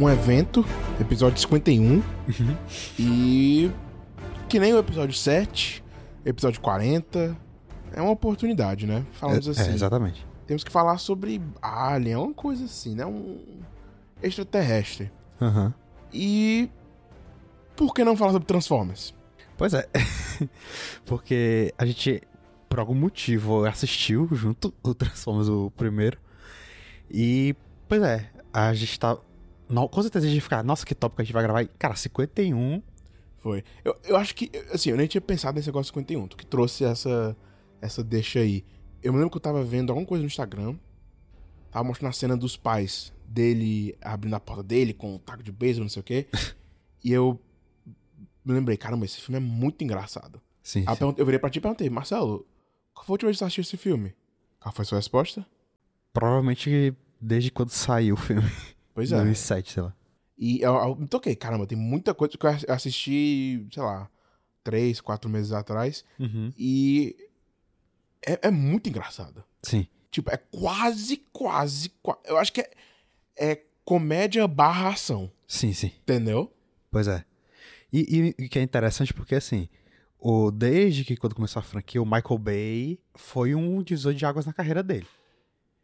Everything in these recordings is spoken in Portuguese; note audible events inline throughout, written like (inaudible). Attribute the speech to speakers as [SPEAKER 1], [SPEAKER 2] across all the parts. [SPEAKER 1] um evento, episódio 51.
[SPEAKER 2] Uhum.
[SPEAKER 1] E que nem o episódio 7, episódio 40. É uma oportunidade, né? Falamos
[SPEAKER 2] É,
[SPEAKER 1] assim.
[SPEAKER 2] exatamente.
[SPEAKER 1] temos que falar sobre Alien, uma coisa assim, né? Um extraterrestre.
[SPEAKER 2] Aham.
[SPEAKER 1] E por que não falar sobre Transformers?
[SPEAKER 2] Pois é. (laughs) Porque a gente, por algum motivo, assistiu junto o Transformers, o primeiro. E, pois é, a gente tá. no- com certeza a gente ficar, nossa, que tópico a gente vai gravar. E, um, Cara, 51.
[SPEAKER 1] Foi. Eu, eu acho que, assim, eu nem tinha pensado nesse negócio 51, tu que trouxe essa, essa deixa aí. Eu me lembro que eu tava vendo alguma coisa no Instagram, tava mostrando a cena dos pais dele abrindo a porta dele com um taco de beisebol, não sei o quê. e eu me lembrei, caramba, esse filme é muito engraçado.
[SPEAKER 2] Sim.
[SPEAKER 1] Aí Eu, perguntei- eu virei pra ti e perguntei, Marcelo, qual foi a última vez que tu assistiu esse filme? Qual foi a sua resposta?
[SPEAKER 2] Provavelmente desde quando saiu o filme.
[SPEAKER 1] Pois é.
[SPEAKER 2] 2007, sei lá.
[SPEAKER 1] E eu, eu me toquei, caramba, tem muita coisa que eu ass- assisti, sei lá, três, quatro meses atrás.
[SPEAKER 2] Uhum.
[SPEAKER 1] E é, é muito engraçado.
[SPEAKER 2] Sim.
[SPEAKER 1] Tipo, é quase, quase, qua- Eu acho que é, é comédia barra ação,
[SPEAKER 2] Sim, sim.
[SPEAKER 1] entendeu?
[SPEAKER 2] Pois é. E, e, e que é interessante porque, assim, o, desde que quando começou a franquia, o Michael Bay foi um divisor de águas na carreira dele.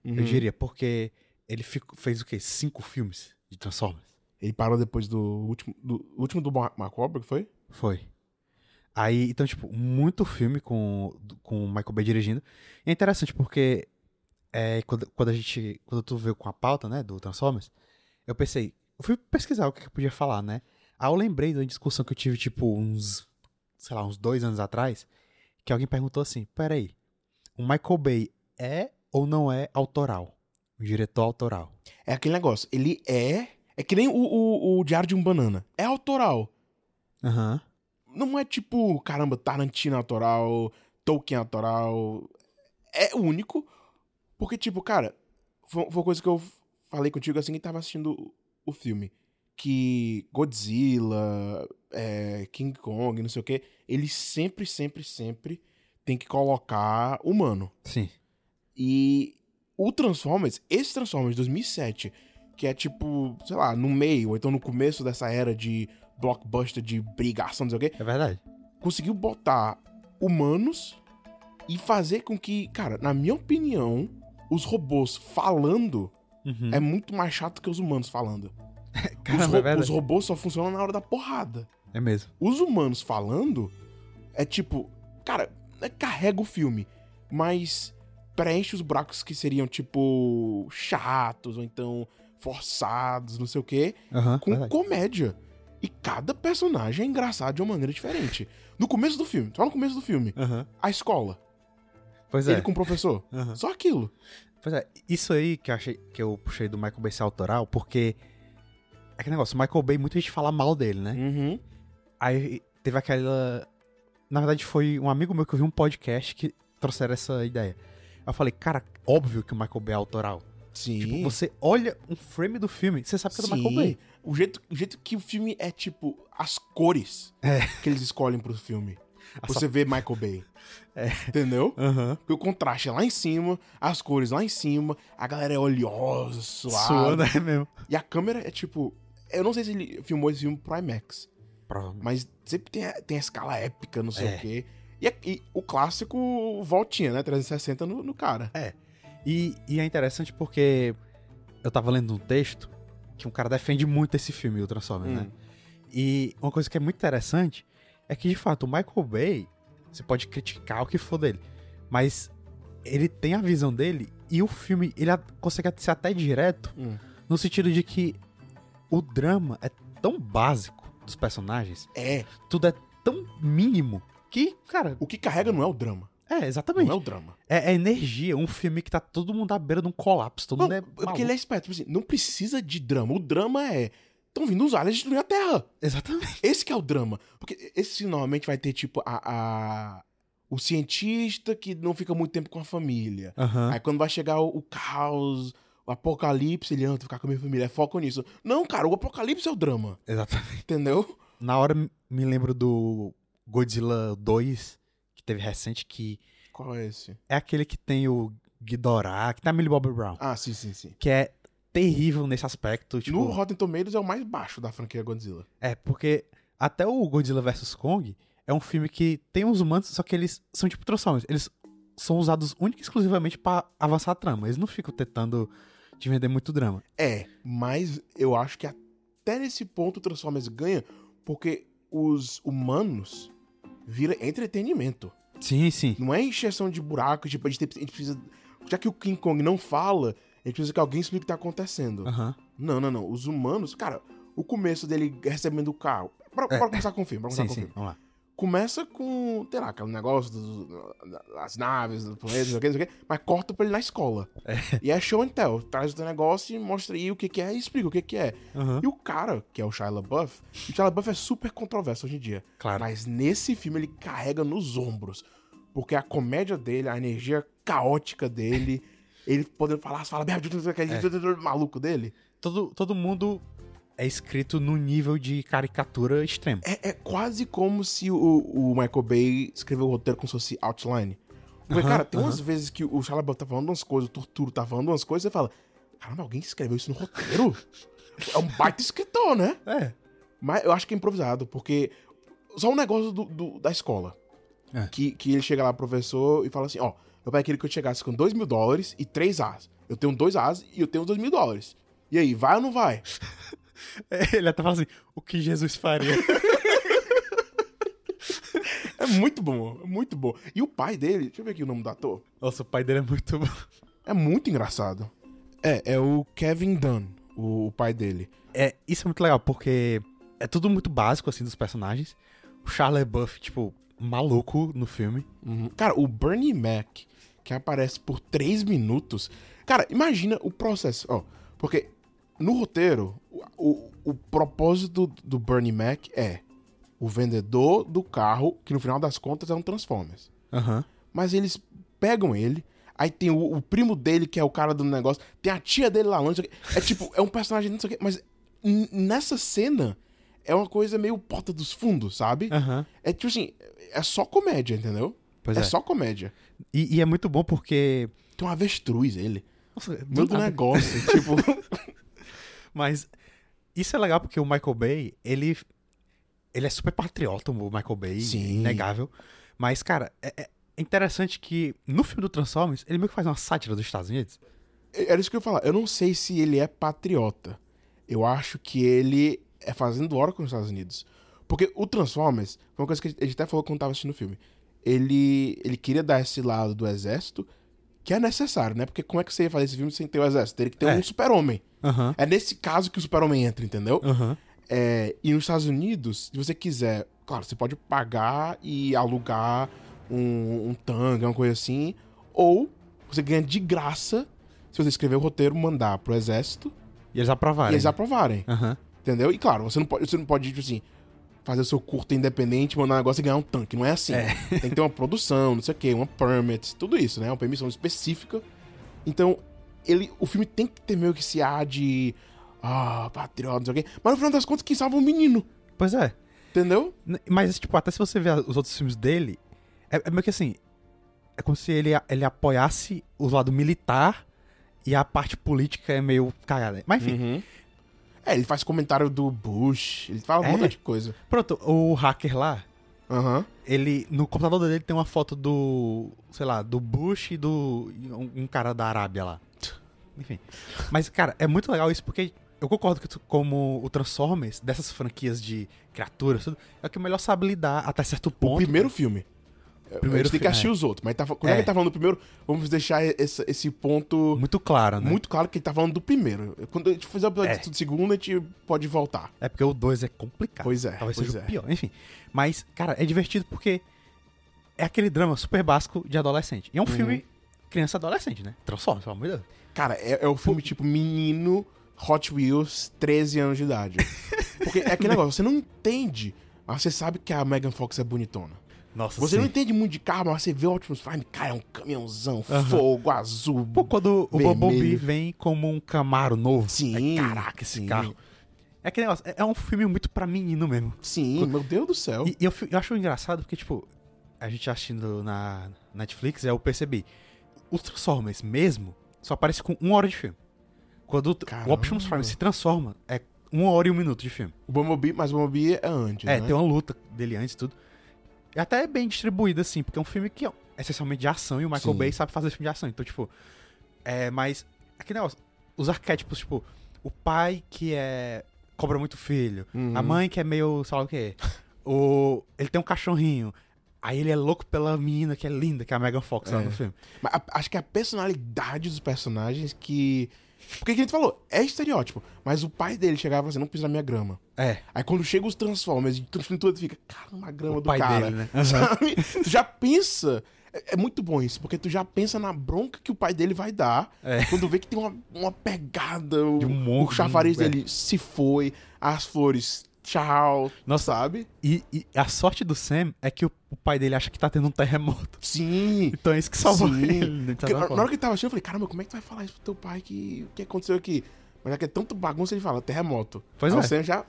[SPEAKER 1] Hum.
[SPEAKER 2] Eu diria, porque ele fico- fez o quê? Cinco filmes de Transformers?
[SPEAKER 1] Ele parou depois do último do, último do Ma- Mark Wahlberg, foi?
[SPEAKER 2] Foi. Aí, então, tipo, muito filme com, com o Michael Bay dirigindo. E é interessante porque é, quando, quando a gente. Quando tu veio com a pauta, né, do Transformers, eu pensei, eu fui pesquisar o que, que eu podia falar, né? Aí eu lembrei da discussão que eu tive, tipo, uns. sei lá, uns dois anos atrás, que alguém perguntou assim: peraí, o Michael Bay é ou não é autoral? O diretor autoral.
[SPEAKER 1] É aquele negócio, ele é. É que nem o, o, o Diário de um Banana. É autoral.
[SPEAKER 2] Aham.
[SPEAKER 1] Não é tipo, caramba, Tarantino autoral, Tolkien autoral. É único. Porque, tipo, cara, foi, foi uma coisa que eu falei contigo assim que tava assistindo o- o filme. Que Godzilla, é, King Kong, não sei o quê, eles sempre, sempre, sempre tem que colocar humano.
[SPEAKER 2] Sim.
[SPEAKER 1] E o Transformers, esse Transformers de 2007, que é tipo, sei lá, no meio, ou então no começo dessa era de blockbuster, de brigação, não sei o quê,
[SPEAKER 2] É verdade.
[SPEAKER 1] conseguiu botar humanos e fazer com que, cara, na minha opinião, os robôs falando
[SPEAKER 2] Uhum.
[SPEAKER 1] é muito mais chato que os humanos
[SPEAKER 2] (laughs)
[SPEAKER 1] falando.
[SPEAKER 2] Caramba,
[SPEAKER 1] os,
[SPEAKER 2] é
[SPEAKER 1] ro-
[SPEAKER 2] verdade.
[SPEAKER 1] os robôs só funcionam na hora da porrada.
[SPEAKER 2] É mesmo.
[SPEAKER 1] Os humanos falando é tipo, cara, é- carrega o filme, mas preenche os buracos que seriam tipo chatos ou então forçados, não sei o quê
[SPEAKER 2] Aham.
[SPEAKER 1] com
[SPEAKER 2] Ah, verdade.
[SPEAKER 1] comédia. E cada personagem é engraçado de uma maneira diferente. No começo do filme, só no começo do filme,
[SPEAKER 2] Aham.
[SPEAKER 1] a escola,
[SPEAKER 2] Pois
[SPEAKER 1] ele
[SPEAKER 2] é.
[SPEAKER 1] com o professor,
[SPEAKER 2] Aham.
[SPEAKER 1] só aquilo.
[SPEAKER 2] Pois é, isso aí que eu achei que eu puxei do Michael Bay ser autoral, porque é aquele negócio, o Michael Bay, muita gente fala mal dele, né?
[SPEAKER 1] Uhum.
[SPEAKER 2] Aí teve aquela. Na verdade, foi um amigo meu que eu vi um podcast que trouxeram essa ideia. Eu falei, cara, óbvio que o Michael Bay é autoral.
[SPEAKER 1] Sim.
[SPEAKER 2] Tipo, você olha um frame do filme, você sabe que é do Michael Bay.
[SPEAKER 1] O jeito, o jeito que o filme é, tipo, as cores
[SPEAKER 2] É.
[SPEAKER 1] que eles escolhem pro filme.
[SPEAKER 2] A
[SPEAKER 1] Você vê Michael Bay.
[SPEAKER 2] (laughs) É.
[SPEAKER 1] Entendeu?
[SPEAKER 2] Aham.
[SPEAKER 1] Porque o contraste é lá em cima, as cores lá em cima, a galera é oleosa, suada.
[SPEAKER 2] Suando, é mesmo.
[SPEAKER 1] E a câmera é tipo. Eu não sei se ele filmou esse filme pro IMAX.
[SPEAKER 2] Provavelmente.
[SPEAKER 1] Mas sempre tem a, tem a escala épica, não sei
[SPEAKER 2] É.
[SPEAKER 1] o quê. E, é- e o clássico voltinha, né? 360 no, no cara.
[SPEAKER 2] E, e é interessante porque eu tava lendo um texto que um cara defende muito esse filme, o Transformers, né?
[SPEAKER 1] Hum.
[SPEAKER 2] E uma coisa que é muito interessante é que, de fato, o Michael Bay, você pode criticar o que for dele, mas ele tem a visão dele e o filme, ele a- consegue ser até direto,
[SPEAKER 1] Hum.
[SPEAKER 2] no sentido de que o drama é tão básico dos personagens,
[SPEAKER 1] É.
[SPEAKER 2] tudo é tão mínimo que, cara,
[SPEAKER 1] O que carrega não é o drama.
[SPEAKER 2] é,
[SPEAKER 1] Não
[SPEAKER 2] exatamente.
[SPEAKER 1] é o drama.
[SPEAKER 2] É, é energia, um filme que tá todo mundo à beira de um colapso, todo
[SPEAKER 1] Não,
[SPEAKER 2] mundo é
[SPEAKER 1] porque ele é esperto. Tipo assim, não precisa de drama. O drama é. Estão vindo os aliens destruir a Terra.
[SPEAKER 2] Exatamente.
[SPEAKER 1] Esse que é o drama. Porque esse normalmente vai ter, tipo, a. a- O cientista que não fica muito tempo com a família.
[SPEAKER 2] Aham.
[SPEAKER 1] Aí quando vai chegar o, o caos, o apocalipse, ele anda ficar com a minha família. É Foco nisso. Não, cara, o apocalipse é o drama.
[SPEAKER 2] Exatamente.
[SPEAKER 1] Entendeu?
[SPEAKER 2] Na hora me lembro do Godzilla 2, que teve recente, que
[SPEAKER 1] Qual é esse?
[SPEAKER 2] é aquele que tem o Ghidorah, que tá a Millie Bobby Brown.
[SPEAKER 1] Ah, sim, sim, sim.
[SPEAKER 2] Que é terrível nesse aspecto. Tipo,
[SPEAKER 1] No Rotten Tomatoes é o mais baixo da franquia Godzilla.
[SPEAKER 2] É, porque até o Godzilla vs Kong é um filme que tem uns humanos, só que eles são tipo Transformers. Eles são usados única e exclusivamente pra avançar a trama. Eles não ficam tentando te vender muito drama.
[SPEAKER 1] É, mas eu acho que até nesse ponto o Transformers ganha porque os humanos vira entretenimento.
[SPEAKER 2] Sim, sim.
[SPEAKER 1] Não é encheção de buracos, tipo, a gente, tem- a gente precisa. Já que o King Kong não fala, a gente precisa que alguém explique o que tá acontecendo.
[SPEAKER 2] Aham.
[SPEAKER 1] Não, não, não. Os humanos, cara, o começo dele recebendo o carro. Pra, pra começar com o filme, pra começar
[SPEAKER 2] Sim,
[SPEAKER 1] com o
[SPEAKER 2] sim.
[SPEAKER 1] filme.
[SPEAKER 2] Vamos lá.
[SPEAKER 1] Começa com, sei lá, aquele negócio dos- da- das naves, dos planetas, não sei o que, não sei o que, mas corta pra ele na escola. E é show and tell. Traz o teu negócio e mostra aí o que, que é e explica o que, que é.
[SPEAKER 2] Aham.
[SPEAKER 1] E o cara, que é o Shia LaBeouf, o Shia LaBeouf é super controverso hoje em dia.
[SPEAKER 2] Claro.
[SPEAKER 1] Mas nesse filme ele carrega nos ombros. Porque a comédia dele, a energia caótica dele, (laughs) ele podendo falar as falas maluco dele,
[SPEAKER 2] Todo, todo mundo é escrito no nível de caricatura extremo.
[SPEAKER 1] é, é quase como se o, o Michael Bay escreveu o roteiro como se fosse outline. Porque,
[SPEAKER 2] Aham,
[SPEAKER 1] cara, tem umas
[SPEAKER 2] aham.
[SPEAKER 1] vezes que o Shia LaBeouf tá falando umas coisas, o Torturo tá falando umas coisas, e você fala, caramba, alguém escreveu isso no roteiro? é um baita escritor, né?
[SPEAKER 2] É.
[SPEAKER 1] Mas eu acho que é improvisado, porque. Só um negócio do, do- da escola.
[SPEAKER 2] É.
[SPEAKER 1] Que, que ele chega lá, professor, e fala assim: ó, meu pai queria que eu chegasse com 2 mil dólares e 3 As. Eu tenho 2 As e eu tenho 2 mil dólares. E aí, vai ou não vai?
[SPEAKER 2] Ele até fala assim, o que Jesus faria?
[SPEAKER 1] É muito bom, é muito bom. E o pai dele, deixa eu ver aqui o nome do ator.
[SPEAKER 2] (laughs) Nossa, o pai dele é muito bom.
[SPEAKER 1] É muito engraçado. É, é o Kevin Dunn, o, o pai dele.
[SPEAKER 2] É, isso é muito legal, porque é tudo muito básico, assim, dos personagens. O Charles Buff, tipo, maluco no filme.
[SPEAKER 1] Uhum. Cara, o Bernie Mac, que aparece por 3 minutos. Cara, imagina o processo. Ó, porque no roteiro, o, o- o propósito do Bernie Mac é o vendedor do carro, que no final das contas é um Transformers.
[SPEAKER 2] Aham.
[SPEAKER 1] Mas eles pegam ele. Aí tem o, o primo dele, que é o cara do negócio. Tem a tia dele lá longe. não sei o quê. É tipo, é um personagem, não sei o quê. Mas n- nessa cena, é uma coisa meio porta dos fundos, sabe?
[SPEAKER 2] Aham.
[SPEAKER 1] É tipo assim, é só comédia, entendeu?
[SPEAKER 2] Pois
[SPEAKER 1] é,
[SPEAKER 2] é.
[SPEAKER 1] só comédia.
[SPEAKER 2] E, e é muito bom porque.
[SPEAKER 1] Tem um avestruz ele.
[SPEAKER 2] Nossa, do
[SPEAKER 1] Muito
[SPEAKER 2] nada.
[SPEAKER 1] negócio. tipo,
[SPEAKER 2] Mas isso é legal porque o Michael Bay, ele. Ele é super patriota, o Michael Bay.
[SPEAKER 1] Sim.
[SPEAKER 2] Inegável. Mas, cara, é, é interessante que no filme do Transformers, ele meio que faz uma sátira dos Estados Unidos.
[SPEAKER 1] era isso que eu ia falar. Eu não sei se ele é patriota. Eu acho que ele é fazendo hora com os Estados Unidos. Porque o Transformers, foi uma coisa que a gente até falou quando tava assistindo o filme. Ele, ele queria dar esse lado do exército, que é necessário, né? Porque como é que você ia fazer esse filme sem ter o exército? Teria que ter
[SPEAKER 2] É.
[SPEAKER 1] um super-homem.
[SPEAKER 2] Aham.
[SPEAKER 1] É nesse caso que o super-homem entra, entendeu?
[SPEAKER 2] Aham.
[SPEAKER 1] É, e nos Estados Unidos, se você quiser, claro, você pode pagar e alugar um, um tanque, uma coisa assim, ou você ganha de graça se você escrever o roteiro, mandar pro exército
[SPEAKER 2] E eles
[SPEAKER 1] e
[SPEAKER 2] aprovaram.
[SPEAKER 1] eles aprovarem,
[SPEAKER 2] Aham.
[SPEAKER 1] entendeu? E claro, você não pode, você não pode tipo assim, fazer o seu curta independente, mandar um negócio e ganhar um tanque, não é assim. (laughs) Tem que ter uma produção, não sei o quê, uma permit, tudo isso, né? Uma permissão específica. Então, ele, o filme tem que ter meio que esse ar de... Ah, patriota, não sei o quê. Mas no final das contas, quem salva é um menino.
[SPEAKER 2] Pois é.
[SPEAKER 1] Entendeu?
[SPEAKER 2] N- Mas, tipo, até se você ver os outros filmes dele, é, é meio que assim. É como se ele, ele apoiasse o lado militar e a parte política é meio cagada. Mas enfim,
[SPEAKER 1] É, ele faz comentário do Bush, ele fala
[SPEAKER 2] É?
[SPEAKER 1] um monte de coisa.
[SPEAKER 2] pronto, o hacker lá,
[SPEAKER 1] Aham.
[SPEAKER 2] ele. No computador dele tem uma foto do. sei lá, do Bush e do. e um, um cara da Arábia lá. Enfim. Mas, cara, é muito legal isso porque. Eu concordo que tu- como o Transformers, dessas franquias de criaturas, tudo, é o que melhor sabe lidar até certo
[SPEAKER 1] O
[SPEAKER 2] ponto.
[SPEAKER 1] primeiro filme. Primeiro a
[SPEAKER 2] primeiro
[SPEAKER 1] gente tem
[SPEAKER 2] fi-
[SPEAKER 1] que assistir
[SPEAKER 2] é.
[SPEAKER 1] os outros, mas tá, fa- quando
[SPEAKER 2] É.
[SPEAKER 1] é. ele tá falando do primeiro, vamos deixar esse, esse ponto
[SPEAKER 2] Muito claro, né?
[SPEAKER 1] muito claro que ele tá falando do primeiro. Quando a gente fizer o episódio
[SPEAKER 2] É.
[SPEAKER 1] do segundo, a gente pode voltar.
[SPEAKER 2] É porque o 2 é complicado.
[SPEAKER 1] Pois é,
[SPEAKER 2] Talvez
[SPEAKER 1] pois
[SPEAKER 2] seja
[SPEAKER 1] é.
[SPEAKER 2] o pior, enfim. Mas, cara, é divertido porque é aquele drama super básico de adolescente.
[SPEAKER 1] Uhum.
[SPEAKER 2] E é um filme criança-adolescente, né? Transforma, pelo amor de Deus.
[SPEAKER 1] Cara, é, é o filme tipo menino Hot Wheels, 13 anos de idade.
[SPEAKER 2] (laughs)
[SPEAKER 1] Porque é aquele negócio, você não entende, mas você sabe que a Megan Fox é bonitona.
[SPEAKER 2] Nossa,
[SPEAKER 1] Você
[SPEAKER 2] sim.
[SPEAKER 1] não entende muito de carro, mas você vê o Optimus Prime, cara, é um caminhãozão,
[SPEAKER 2] Aham.
[SPEAKER 1] fogo, azul,
[SPEAKER 2] Pô, quando o
[SPEAKER 1] Vermelho.
[SPEAKER 2] Bumblebee vem como um Camaro novo.
[SPEAKER 1] Sim,
[SPEAKER 2] é, caraca, esse
[SPEAKER 1] sim.
[SPEAKER 2] carro. É aquele negócio, é- é um filme muito pra menino mesmo.
[SPEAKER 1] Sim, meu Deus do céu.
[SPEAKER 2] E, e eu, fi- eu acho engraçado porque, tipo, a gente assistindo na é, Netflix, eu percebi. Os Transformers mesmo só aparece com uma hora de filme. Quando o
[SPEAKER 1] Caramba.
[SPEAKER 2] Optimus Prime se transforma, é uma hora e um minuto de filme.
[SPEAKER 1] O Bumblebee, mas o Bumblebee é antes,
[SPEAKER 2] É,
[SPEAKER 1] né?
[SPEAKER 2] tem uma luta dele antes e tudo. E até é bem distribuído, assim, porque é um filme que é essencialmente de ação e o Michael
[SPEAKER 3] Sim.
[SPEAKER 2] Bay sabe fazer filme de ação. Então, tipo. É, mas. Aquele negócio. Os arquétipos, tipo, o pai que é. cobra muito filho.
[SPEAKER 1] Uhum.
[SPEAKER 2] A mãe que é meio, sei lá o quê. (laughs) O, ele tem um cachorrinho. Aí ele é louco pela menina que é linda, que é a Megan Fox lá
[SPEAKER 1] É.
[SPEAKER 2] no filme.
[SPEAKER 1] Mas a- acho que é a personalidade dos personagens que. Porque que a gente falou, é estereótipo. Mas o pai dele chegava e falava assim: não pisa na minha grama.
[SPEAKER 2] É,
[SPEAKER 1] Aí quando chega os Transformers e transforma tudo, tu fica, caramba, a grama
[SPEAKER 2] o
[SPEAKER 1] do
[SPEAKER 2] pai
[SPEAKER 1] cara.
[SPEAKER 2] dele, né?
[SPEAKER 1] Sabe? tu já pensa. É é muito bom isso, porque tu já pensa na bronca que o pai dele vai dar
[SPEAKER 2] É.
[SPEAKER 1] quando vê que tem uma, uma pegada.
[SPEAKER 2] De um
[SPEAKER 1] o-
[SPEAKER 2] monstro,
[SPEAKER 1] O chafariz
[SPEAKER 2] é.
[SPEAKER 1] dele se foi, as flores, tchau.
[SPEAKER 2] Nossa.
[SPEAKER 1] Sabe?
[SPEAKER 2] E, e a sorte do Sam é que o, o pai dele acha que tá tendo um terremoto. (laughs)
[SPEAKER 1] Sim.
[SPEAKER 2] Então é isso que salvou
[SPEAKER 1] Sim.
[SPEAKER 2] ele. né?
[SPEAKER 1] Porque na, na hora que ele tá tava assistindo, eu falei, caramba, como é que tu vai falar isso pro teu pai que o que aconteceu aqui? Mas é que é tanto bagunça, ele fala, terremoto.
[SPEAKER 2] Pois
[SPEAKER 1] Aí
[SPEAKER 2] é.
[SPEAKER 1] o Sam já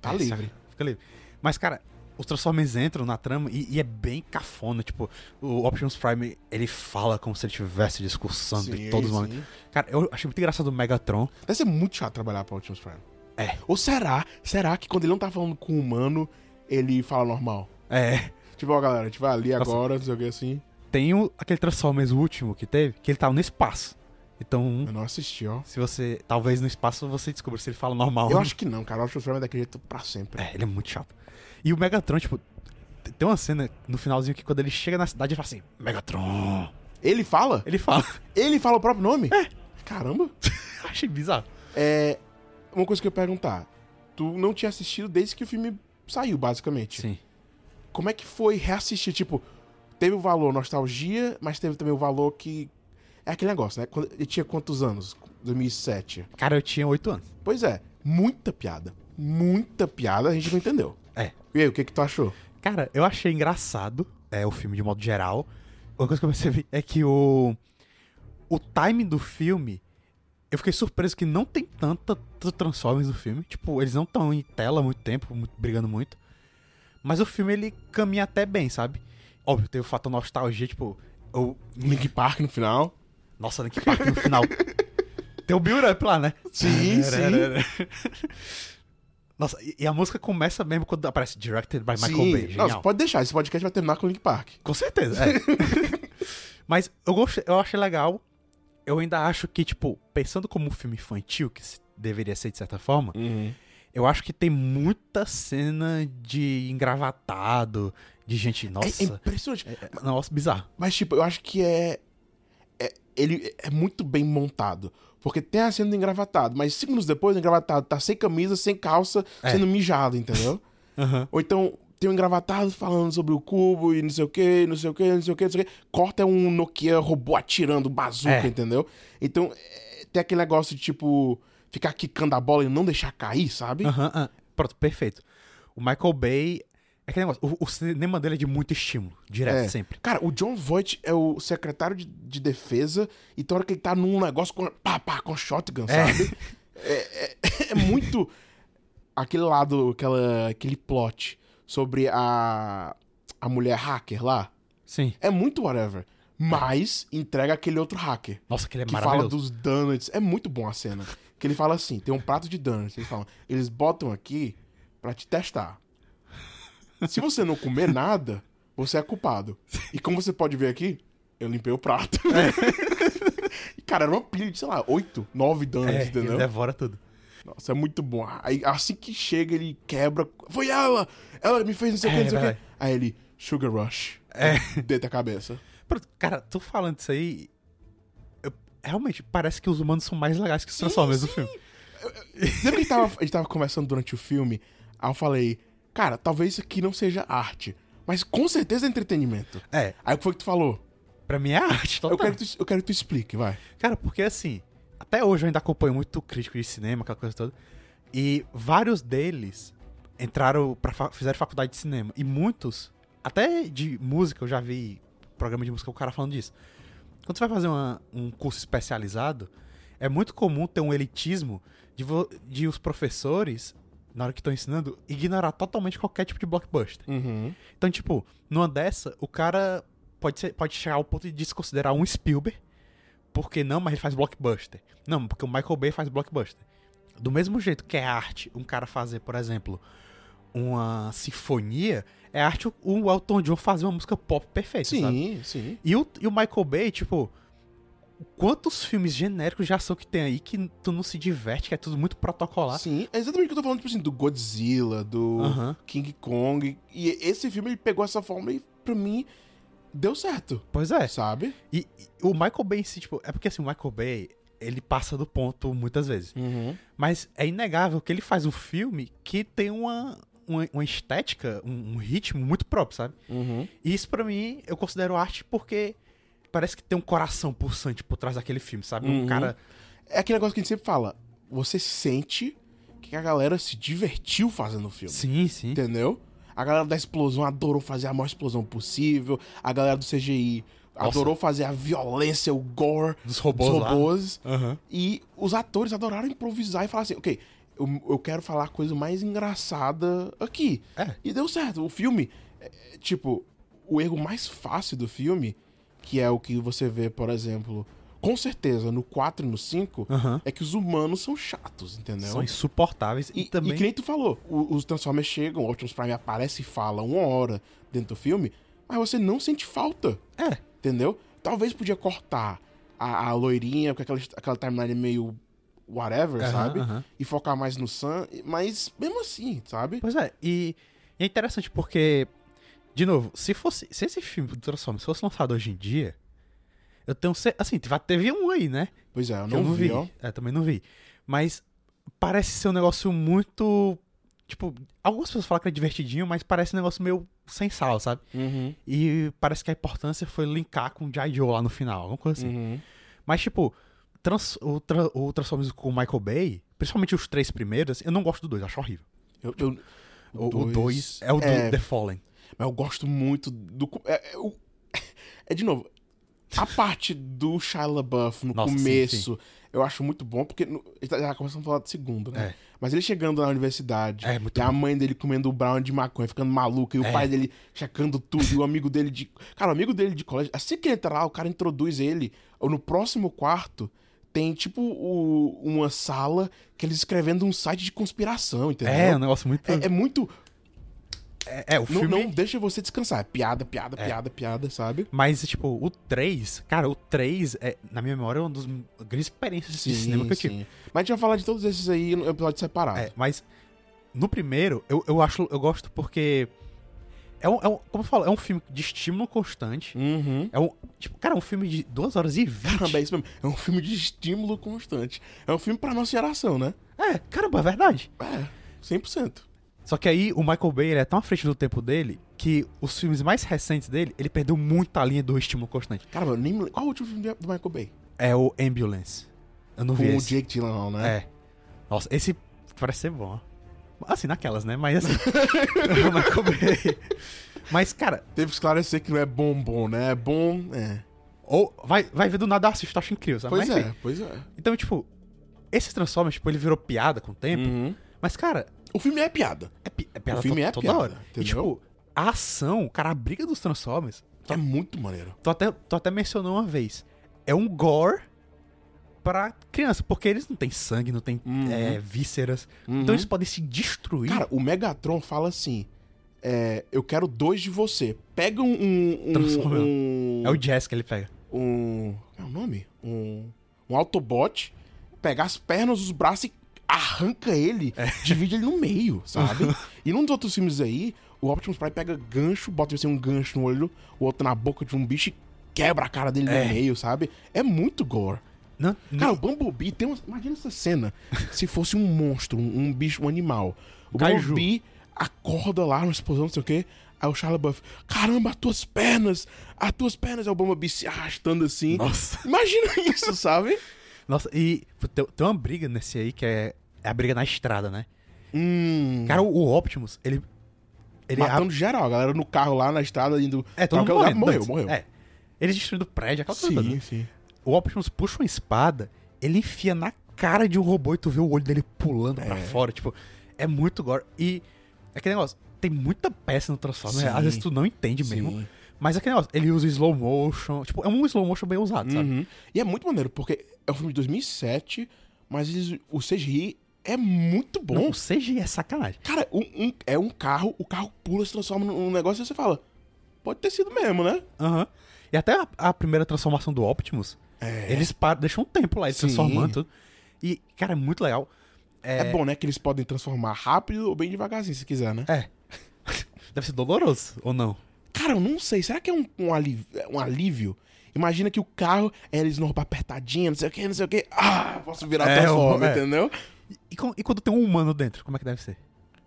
[SPEAKER 1] tá
[SPEAKER 2] É,
[SPEAKER 1] livre.
[SPEAKER 2] sabe? Fica livre. Mas, cara, os Transformers entram na trama e, e é bem cafona. Tipo, o Optimus Prime, ele fala como se ele estivesse discursando em todos os momentos.
[SPEAKER 1] sim.
[SPEAKER 2] Cara, eu achei muito engraçado o Megatron.
[SPEAKER 1] Deve ser muito chato trabalhar pra Optimus Prime.
[SPEAKER 2] É.
[SPEAKER 1] Ou será, será que quando ele não tá falando com o humano, ele fala normal?
[SPEAKER 2] É.
[SPEAKER 1] Tipo, ó, galera, a gente vai ali
[SPEAKER 2] Nossa.
[SPEAKER 1] agora, não sei o que assim.
[SPEAKER 2] Tem o- aquele Transformers último que teve, que ele tava no espaço. Então,
[SPEAKER 1] Eu não assisti, ó.
[SPEAKER 2] se você. Talvez no espaço você descubra se ele fala normal.
[SPEAKER 1] Eu
[SPEAKER 2] ou
[SPEAKER 1] acho que não, cara. O Optimus Prime é daquele jeito pra sempre.
[SPEAKER 2] Uhum. É, ele é muito chato. E o Megatron, tipo, t- tem uma cena no finalzinho que quando ele chega na cidade, ele fala assim, Megatron.
[SPEAKER 1] Ele fala?
[SPEAKER 2] Ele fala. (laughs)
[SPEAKER 1] Ele fala o próprio nome?
[SPEAKER 2] É.
[SPEAKER 1] Caramba.
[SPEAKER 2] Achei bizarro.
[SPEAKER 1] É. Uma coisa que eu ia perguntar. Tu não tinha assistido desde que o filme saiu, basicamente.
[SPEAKER 2] Sim.
[SPEAKER 1] Como é que foi reassistir? Tipo, teve o valor nostalgia, mas teve também o valor que. É aquele negócio, né? Quando- Ele tinha quantos anos? 2007.
[SPEAKER 2] Cara, eu tinha oito anos.
[SPEAKER 1] Pois é, muita piada. Muita piada, a gente não entendeu.
[SPEAKER 2] É.
[SPEAKER 1] E aí, o que que tu achou?
[SPEAKER 2] Cara, eu achei engraçado é, o filme de modo geral. Uma coisa que eu percebi é que o. O time do filme. Eu fiquei surpreso que não tem tanta tanto Transformers no filme. Tipo, eles não estão em tela há muito tempo, muito- brigando muito. Mas o filme ele caminha até bem, sabe? Óbvio, tem o fator nostalgia, tipo. Eu me
[SPEAKER 1] Link Park no final.
[SPEAKER 2] Nossa, né, Link Park
[SPEAKER 1] (laughs)
[SPEAKER 2] no final. Tem o Build Up lá, né?
[SPEAKER 1] Sim,
[SPEAKER 2] (laughs) Nossa, e e a música começa mesmo quando aparece Directed by Michael
[SPEAKER 1] Sim.
[SPEAKER 2] Bay. Genial.
[SPEAKER 1] Nossa, pode deixar, esse podcast vai terminar com o Link Park.
[SPEAKER 2] Com certeza, é.
[SPEAKER 1] (laughs)
[SPEAKER 2] Mas eu, gostei, eu achei legal. Eu ainda acho que, tipo, pensando como um filme infantil, que se- deveria ser de certa forma, eu acho que tem muita cena de engravatado, de gente,
[SPEAKER 1] É
[SPEAKER 2] nossa,
[SPEAKER 1] impressionante.
[SPEAKER 2] é- nossa, bizarro.
[SPEAKER 1] Mas, tipo, eu acho que é. é- ele é muito bem montado. Porque tem a cena do engravatado, mas cinco minutos depois o engravatado tá sem camisa, sem calça,
[SPEAKER 2] É.
[SPEAKER 1] sendo mijado, entendeu? Ou então tem um engravatado falando sobre o cubo e não sei o que, não sei o que, não sei o que, não sei o que. Corta é um Nokia robô atirando bazuca,
[SPEAKER 2] É.
[SPEAKER 1] entendeu? Então é, tem aquele negócio de, tipo, ficar quicando a bola e não deixar cair, sabe?
[SPEAKER 2] Aham, ah, pronto, perfeito. O Michael Bay. É aquele negócio. O, o cinema dele é de muito estímulo, direto,
[SPEAKER 1] É.
[SPEAKER 2] sempre.
[SPEAKER 1] Cara, o John Voight é o secretário de, de defesa e tem hora que ele tá num negócio com, pá, pá, com shotgun, sabe? É, (laughs) é- é muito aquele lado, aquela, aquele plot sobre a, a mulher hacker lá.
[SPEAKER 2] Sim.
[SPEAKER 1] É muito whatever. Mas entrega aquele outro hacker.
[SPEAKER 2] Nossa, aquele é
[SPEAKER 1] Que fala
[SPEAKER 2] maravilhoso.
[SPEAKER 1] dos donuts. É muito bom a cena. Que ele fala assim: tem um prato de donuts. Ele fala, eles botam aqui pra te testar. Se você não comer nada, você é culpado. E como você pode ver aqui, eu limpei o prato. (laughs) E, Cara, era uma pilha de, sei lá, oito, nove donuts,
[SPEAKER 2] É, ele
[SPEAKER 1] entendeu?
[SPEAKER 2] devora tudo.
[SPEAKER 1] Nossa, é muito bom. Aí, assim que chega, ele quebra. Foi ela! Ela me fez não sei o que, não sei o
[SPEAKER 2] É,
[SPEAKER 1] que. Aí ele, Sugar Rush.
[SPEAKER 2] É.
[SPEAKER 1] Deita a cabeça.
[SPEAKER 2] Pronto, Cara, tu falando isso aí. eu- realmente, parece que os humanos são mais legais que os
[SPEAKER 1] Sim,
[SPEAKER 2] Transformers no
[SPEAKER 1] sim.
[SPEAKER 2] filme.
[SPEAKER 1] Lembra que a gente tava- a gente tava conversando durante o filme? Aí eu falei, cara, talvez isso aqui não seja arte, mas com certeza é entretenimento.
[SPEAKER 2] É,
[SPEAKER 1] Aí o que foi que tu falou?
[SPEAKER 2] pra mim é arte.
[SPEAKER 1] Eu
[SPEAKER 2] Total.
[SPEAKER 1] quero, que tu, eu quero que tu explique, vai.
[SPEAKER 2] Cara, porque assim. Até hoje eu ainda acompanho muito crítico de cinema, aquela coisa toda. E vários deles entraram para fizeram faculdade de cinema e muitos até de música eu já vi programa de música o cara falando disso quando você vai fazer uma- um curso especializado é muito comum ter um elitismo de, vo- de os professores na hora que estão ensinando ignorar totalmente qualquer tipo de blockbuster
[SPEAKER 1] Uhum.
[SPEAKER 2] então tipo numa dessa o cara pode ser pode chegar ao ponto de desconsiderar um Spielberg por que não, mas ele faz blockbuster. Não, porque o Michael Bay faz blockbuster. Do mesmo jeito que é arte, um cara fazer, por exemplo, uma sinfonia, é arte o Elton John fazer uma música pop perfeita, sabe?
[SPEAKER 1] Sim, sim.
[SPEAKER 2] E o, e o Michael Bay, tipo, quantos filmes genéricos de ação que tem aí que tu não se diverte, que é tudo muito protocolar.
[SPEAKER 1] Sim, é exatamente o que eu tô falando, tipo assim, do Godzilla, do
[SPEAKER 2] Aham.
[SPEAKER 1] King Kong. E esse filme, ele pegou essa forma e, pra mim, deu certo,
[SPEAKER 2] Pois é.
[SPEAKER 1] sabe?
[SPEAKER 2] E, e o Michael Bay, se, tipo, é porque assim, o Michael Bay, ele passa do ponto muitas vezes.
[SPEAKER 1] Uhum.
[SPEAKER 2] Mas é inegável que ele faz um filme que tem uma, uma, uma estética, um, um ritmo muito próprio, sabe?
[SPEAKER 1] Uhum.
[SPEAKER 2] E isso pra mim, eu considero arte porque parece que tem um coração pulsante por trás daquele filme, sabe? Um
[SPEAKER 1] Uhum.
[SPEAKER 2] cara.
[SPEAKER 1] É aquele negócio que a gente sempre fala. Você sente que a galera se divertiu fazendo o filme.
[SPEAKER 2] Sim, sim.
[SPEAKER 1] Entendeu? A galera da explosão adorou fazer a maior explosão possível. A galera do CGI
[SPEAKER 2] Nossa.
[SPEAKER 1] adorou fazer a violência, o gore
[SPEAKER 2] Dos
[SPEAKER 1] dos
[SPEAKER 2] robôs, lá.
[SPEAKER 1] robôs.
[SPEAKER 2] Aham.
[SPEAKER 1] E os atores adoraram improvisar e falar assim: ok, eu, eu quero falar a coisa mais engraçada aqui.
[SPEAKER 2] É.
[SPEAKER 1] E deu certo. O filme, é, é, tipo, o erro mais fácil do filme, que é o que você vê, por exemplo, com certeza no 4 e no 5,
[SPEAKER 2] Aham.
[SPEAKER 1] é que os humanos são chatos, entendeu?
[SPEAKER 2] São insuportáveis e,
[SPEAKER 1] E,
[SPEAKER 2] também.
[SPEAKER 1] e que nem tu falou, o- os Transformers chegam, o Optimus Prime aparece e fala uma hora dentro do filme, mas você não sente falta,
[SPEAKER 2] É.
[SPEAKER 1] entendeu? Talvez podia cortar a, a loirinha, porque aquela, aquela timeline é meio whatever,
[SPEAKER 2] Aham,
[SPEAKER 1] sabe?
[SPEAKER 2] aham.
[SPEAKER 1] E focar mais no Sam, mas mesmo assim, sabe?
[SPEAKER 2] Pois é, e e é interessante porque, de novo, se fosse. Se esse filme do Transformers fosse lançado hoje em dia, eu tenho certeza. Assim, vai- teve um aí, né?
[SPEAKER 1] Pois é, eu
[SPEAKER 2] que
[SPEAKER 1] não, vi, ó.
[SPEAKER 2] É, também não vi. Mas parece ser um negócio muito. Tipo, algumas pessoas falam que é divertidinho, mas parece um negócio meio sem sal, sabe?
[SPEAKER 1] Uhum,
[SPEAKER 2] E parece que a importância foi linkar com o G.I. Joe lá no final, alguma coisa assim.
[SPEAKER 1] uhum.
[SPEAKER 2] Mas, tipo, trans- o, tra- o Transformers com o Michael Bay, principalmente os três primeiros, eu não gosto do dois, eu acho horrível.
[SPEAKER 1] Eu, eu-
[SPEAKER 2] O
[SPEAKER 1] Dois-
[SPEAKER 2] 2 é o do
[SPEAKER 1] é.
[SPEAKER 2] The Fallen.
[SPEAKER 1] mas eu gosto muito do... co- É, é, o- (laughs) é, de novo, a parte do Shia LaBeouf no
[SPEAKER 2] Nossa, sim,
[SPEAKER 1] começo, eu acho muito bom, porque... No, ele tá- já começamos a falar do segundo, né?
[SPEAKER 2] É.
[SPEAKER 1] Mas ele chegando na universidade,
[SPEAKER 2] É, muito
[SPEAKER 1] e a
[SPEAKER 2] bom.
[SPEAKER 1] mãe dele comendo o brown de maconha, ficando maluca, e o
[SPEAKER 2] É.
[SPEAKER 1] pai dele checando tudo, e o amigo dele de. Cara, o amigo dele de colégio. Assim que ele entra lá, o cara introduz ele. ou No próximo quarto, tem tipo o- uma sala que eles escrevendo um site de conspiração, entendeu?
[SPEAKER 2] É, um negócio muito.
[SPEAKER 1] É, é muito.
[SPEAKER 2] É, é, o
[SPEAKER 1] Não,
[SPEAKER 2] filme.
[SPEAKER 1] não deixa você descansar. É piada, piada, piada, piada, sabe?
[SPEAKER 2] Mas, tipo, o 3, cara, o 3, é, na minha memória, é uma das grandes experiências de cinema que eu tive.
[SPEAKER 1] sim. Mas a gente vai falar de todos esses aí no episódio separado.
[SPEAKER 2] É, mas no primeiro, eu, eu acho, eu gosto porque. É um, é um- como eu falo, é um filme de estímulo constante.
[SPEAKER 1] Uhum.
[SPEAKER 2] É um. Tipo, cara, é um filme de 2 horas e 20.
[SPEAKER 1] Caramba, é isso mesmo. É um filme de estímulo constante. É um filme pra nossa geração, né?
[SPEAKER 2] É, caramba, é verdade.
[SPEAKER 1] É, 100%.
[SPEAKER 2] Só que aí o Michael Bay ele é tão à frente do tempo dele que os filmes mais recentes dele, ele perdeu muito a linha do estímulo constante.
[SPEAKER 1] Cara, eu nem me lembro. Qual o último filme do Michael Bay?
[SPEAKER 2] É o Ambulance. Eu não
[SPEAKER 1] Com
[SPEAKER 2] vi
[SPEAKER 1] o
[SPEAKER 2] esse.
[SPEAKER 1] Jake Gyllenhaal, né?
[SPEAKER 2] É. Nossa, esse parece ser bom. ó. Assim, naquelas, né?
[SPEAKER 1] (laughs)
[SPEAKER 2] Mas assim. (laughs) o Michael Bay. Mas, cara,
[SPEAKER 1] Teve que esclarecer que não é bom, bom, né? É bom, é.
[SPEAKER 2] Ou vai, vai ver do nada, assista, acho incrível, sabe?
[SPEAKER 1] Pois
[SPEAKER 2] Mas, enfim.
[SPEAKER 1] é, pois é.
[SPEAKER 2] Então, tipo, esse Transformers, tipo, ele virou piada com o tempo.
[SPEAKER 1] Uhum.
[SPEAKER 2] Mas, cara,
[SPEAKER 1] O filme é piada.
[SPEAKER 2] é, pi- é piada
[SPEAKER 1] O filme
[SPEAKER 2] to-
[SPEAKER 1] é
[SPEAKER 2] toda
[SPEAKER 1] piada,
[SPEAKER 2] hora. E,
[SPEAKER 1] entendeu?
[SPEAKER 2] tipo, a ação, cara, a briga dos Transformers,
[SPEAKER 1] É muito maneiro.
[SPEAKER 2] tu até, tu até mencionou uma vez, é um gore pra criança, porque eles não têm sangue, não têm
[SPEAKER 1] Uhum.
[SPEAKER 2] é, vísceras.
[SPEAKER 1] Uhum.
[SPEAKER 2] Então eles podem se destruir.
[SPEAKER 1] Cara, o Megatron fala assim: é, Eu quero dois de você. Pega um. um,
[SPEAKER 2] Transforma.
[SPEAKER 1] um, um
[SPEAKER 2] É o Jazz que ele pega.
[SPEAKER 1] um. Qual é o nome? Um. Um Autobot, pegar as pernas, os braços e arranca ele,
[SPEAKER 2] É. (laughs)
[SPEAKER 1] divide ele no meio, sabe? e num dos outros filmes aí, o Optimus Prime pega gancho, bota assim, um gancho no olho, o outro na boca de um bicho e quebra a cara dele
[SPEAKER 2] É.
[SPEAKER 1] no meio, sabe? É muito gore.
[SPEAKER 2] Não,
[SPEAKER 1] Cara, o Bumblebee tem uma... Imagina essa cena. se fosse um monstro, um, um bicho, um animal. O
[SPEAKER 2] Kaiju.
[SPEAKER 1] Bumblebee acorda lá no explosão, não sei o quê. Aí o Charles Buff, caramba, as tuas pernas! As tuas pernas! Aí o Bumblebee se arrastando assim.
[SPEAKER 2] Nossa.
[SPEAKER 1] Imagina (laughs) isso, sabe?
[SPEAKER 2] (laughs) Nossa, e pô, tem, tem uma briga nesse aí que é, é a briga na estrada, né?
[SPEAKER 1] Hum.
[SPEAKER 2] Cara, o, o Optimus, ele. Ele ab-
[SPEAKER 1] matando geral, a galera no carro lá na estrada indo.
[SPEAKER 2] É, todo
[SPEAKER 1] pra
[SPEAKER 2] mundo
[SPEAKER 1] qualquer lugar.
[SPEAKER 2] morrendo.
[SPEAKER 1] morreu,
[SPEAKER 2] Não,
[SPEAKER 1] morreu.
[SPEAKER 2] É. Eles destruindo prédio, aquela coisa toda. né?
[SPEAKER 1] Sim, sim.
[SPEAKER 2] O Optimus puxa uma espada, ele enfia na cara de um robô e tu vê o olho dele pulando pra fora. Tipo, é muito gore. E é aquele negócio, tem muita peça no Transformers.
[SPEAKER 1] Sim.
[SPEAKER 2] Às vezes tu não entende mesmo.
[SPEAKER 1] Sim.
[SPEAKER 2] Mas é que negócio, ele usa slow motion. Tipo, é um slow motion bem usado, sabe?
[SPEAKER 1] Uhum. E é muito maneiro, porque é um filme de 2007, mas eles- o CGI é muito bom.
[SPEAKER 2] Não, o CGI é sacanagem.
[SPEAKER 1] Cara, um- um- é um carro, o carro pula, se transforma num num negócio e você fala, pode ter sido mesmo, né?
[SPEAKER 2] Aham. E até a, a primeira transformação do Optimus,
[SPEAKER 1] É.
[SPEAKER 2] eles param, deixam um tempo lá, eles
[SPEAKER 1] Sim.
[SPEAKER 2] transformando tudo. E, cara, é muito legal.
[SPEAKER 1] É bom, né? Que eles podem transformar rápido ou bem devagarzinho, se quiser, né?
[SPEAKER 2] É. Deve ser doloroso, ou não?
[SPEAKER 1] Cara, eu não sei. Será que é um, um aliv- é um alívio? Imagina que o carro, é, eles não roubar apertadinha, não sei o que, não sei o que. Ah, posso virar
[SPEAKER 2] É,
[SPEAKER 1] transforma,
[SPEAKER 2] é.
[SPEAKER 1] entendeu?
[SPEAKER 2] E, e com- e quando tem um humano dentro, como é que deve ser?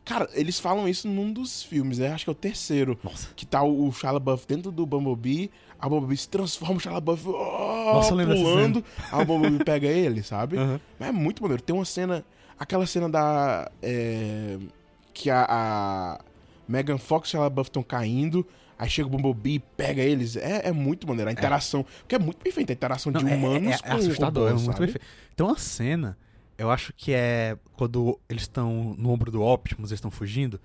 [SPEAKER 1] Cara, eles falam isso num dos filmes, né? Acho que é o terceiro.
[SPEAKER 2] Nossa.
[SPEAKER 1] Que tá o Shia LaBeouf dentro do Bumblebee, a Bumblebee se transforma, o Shia LaBeouf oh,
[SPEAKER 2] Nossa, eu lembro dessa
[SPEAKER 1] pulando, a Bumblebee pega ele, sabe?
[SPEAKER 2] Aham.
[SPEAKER 1] Mas é muito maneiro. Tem uma cena, aquela cena da... é, que a, a Megan Fox e o Shia LaBeouf estão caindo, aí chega o Bumblebee, pega eles, é, é muito maneiro. A interação, porque é muito bem feita, a interação de
[SPEAKER 2] Não, é-
[SPEAKER 1] humanos
[SPEAKER 2] é, é,
[SPEAKER 1] com
[SPEAKER 2] assustador, é
[SPEAKER 1] robôs,
[SPEAKER 2] muito
[SPEAKER 1] sabe?
[SPEAKER 2] perfeito. Tem uma cena, eu acho que é quando eles estão no ombro do Optimus, eles estão fugindo.